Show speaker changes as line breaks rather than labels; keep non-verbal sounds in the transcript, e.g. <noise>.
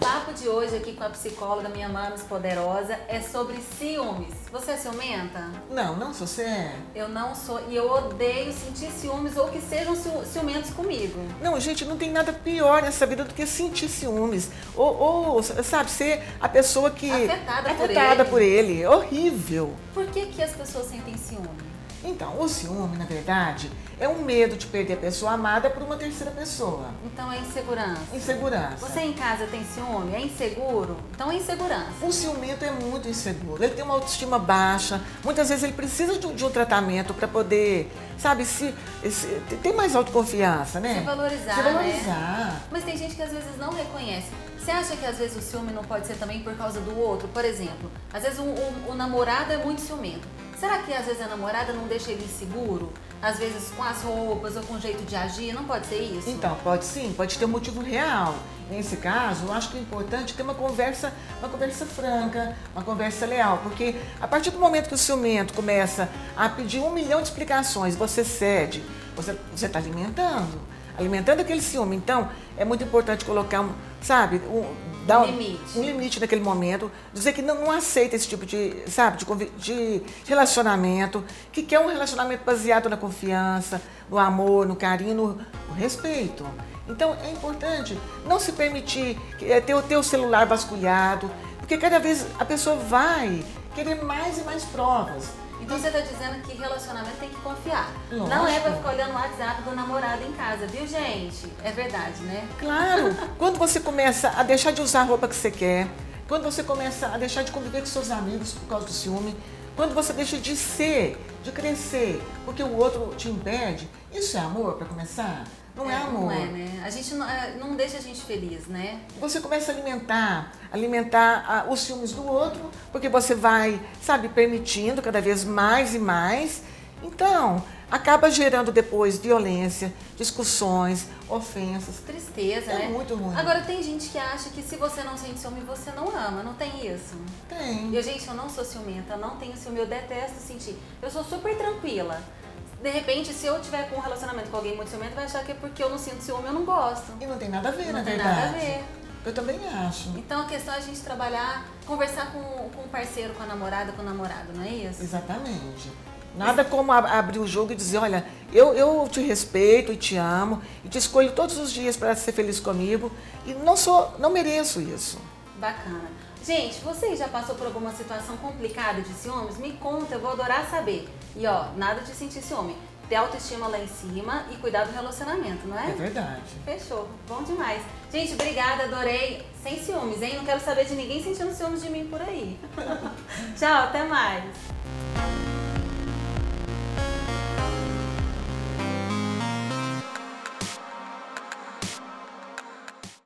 papo de hoje aqui com a psicóloga Minha Manos Poderosa é sobre ciúmes. Você é ciumenta?
Não, não sou, você é.
Eu não sou e eu odeio sentir ciúmes ou que sejam ciu- ciumentos comigo.
Não, gente, não tem nada pior nessa vida do que sentir ciúmes. Ou, ou, sabe, ser a pessoa que
Afetada
é
por
afetada
ele.
por ele. É horrível.
Por que, que as pessoas sentem ciúme?
Então, o ciúme, na verdade, é um medo de perder a pessoa amada por uma terceira pessoa.
Então é insegurança.
Insegurança.
Você em casa tem ciúme? É inseguro? Então é insegurança.
O ciumento é muito inseguro, ele tem uma autoestima baixa, muitas vezes ele precisa de um, de um tratamento para poder, sabe, se, se- ter mais autoconfiança, né?
Se valorizar,
Se
né?
valorizar.
Mas tem gente que às vezes não reconhece. Você acha que às vezes o ciúme não pode ser também por causa do outro? Por exemplo, às vezes o, o- o namorado é muito ciumento. Será que às vezes a namorada não deixa ele inseguro? Às vezes com as roupas ou com o jeito de agir? Não pode ser isso?
Então, pode sim, pode ter um motivo real. Nesse caso, eu acho que é importante ter uma conversa, uma conversa franca, uma conversa leal, porque a partir do momento que o ciumento começa a pedir um milhão de explicações, você cede, você está alimentando, alimentando aquele ciúme. Então, é muito importante colocar um, sabe, um, dar um,
limite.
um limite naquele momento, dizer que não, não aceita esse tipo de, sabe, de, convi- de relacionamento, que quer um relacionamento baseado na confiança, no amor, no carinho, no, no respeito. Então é importante não se permitir que- eh, ter, o- ter o celular vasculhado, porque cada vez a pessoa vai querer mais e mais provas.
Então você tá dizendo que relacionamento tem que confiar.
Lógico.
Não é pra ficar olhando o WhatsApp do namorado em casa, viu, gente? É verdade, né?
Claro, quando você começa a deixar de usar a roupa que você quer, quando você começa a deixar de conviver com seus amigos por causa do ciúme, quando você deixa de ser, de crescer, porque o outro te impede, isso é amor para começar? Não é, amor.
Não é, né? A gente não, é, não deixa a gente feliz, né?
Você começa a alimentar, alimentar ah, os ciúmes do outro, porque você vai, sabe, permitindo cada vez mais e mais. Então, acaba gerando depois violência, discussões, ofensas.
Tristeza,
É
né?
muito ruim.
Agora tem gente que acha que se você não sente ciúme, você não ama, não tem isso.
Tem.
Eu, gente, eu não sou ciumenta, eu não tenho ciúme, eu detesto sentir. Eu sou super tranquila. De repente, se eu tiver com um relacionamento com alguém muito ciumento, vai achar que é porque eu não sinto ciúme, eu não gosto.
E não tem nada a ver,
Não
na
tem
verdade.
nada a ver.
Eu também acho.
Então a questão é a gente trabalhar, conversar com, com o parceiro, com a namorada, com o namorado, não é isso?
Exatamente. Nada como ab- abrir o jogo e dizer, olha, eu, eu te respeito e te amo e te escolho todos os dias para ser feliz comigo e não sou, não mereço isso.
Bacana. Gente, você já passou por alguma situação complicada de ciúmes? Me conta, eu vou adorar saber. E ó, nada de sentir ciúme. Ter autoestima lá em cima e cuidar do relacionamento, não
É
é?
verdade.
Fechou, bom demais. Gente, obrigada, adorei. Sem ciúmes, hein? Não quero saber de ninguém sentindo ciúmes de mim por aí. <laughs> Tchau, até mais.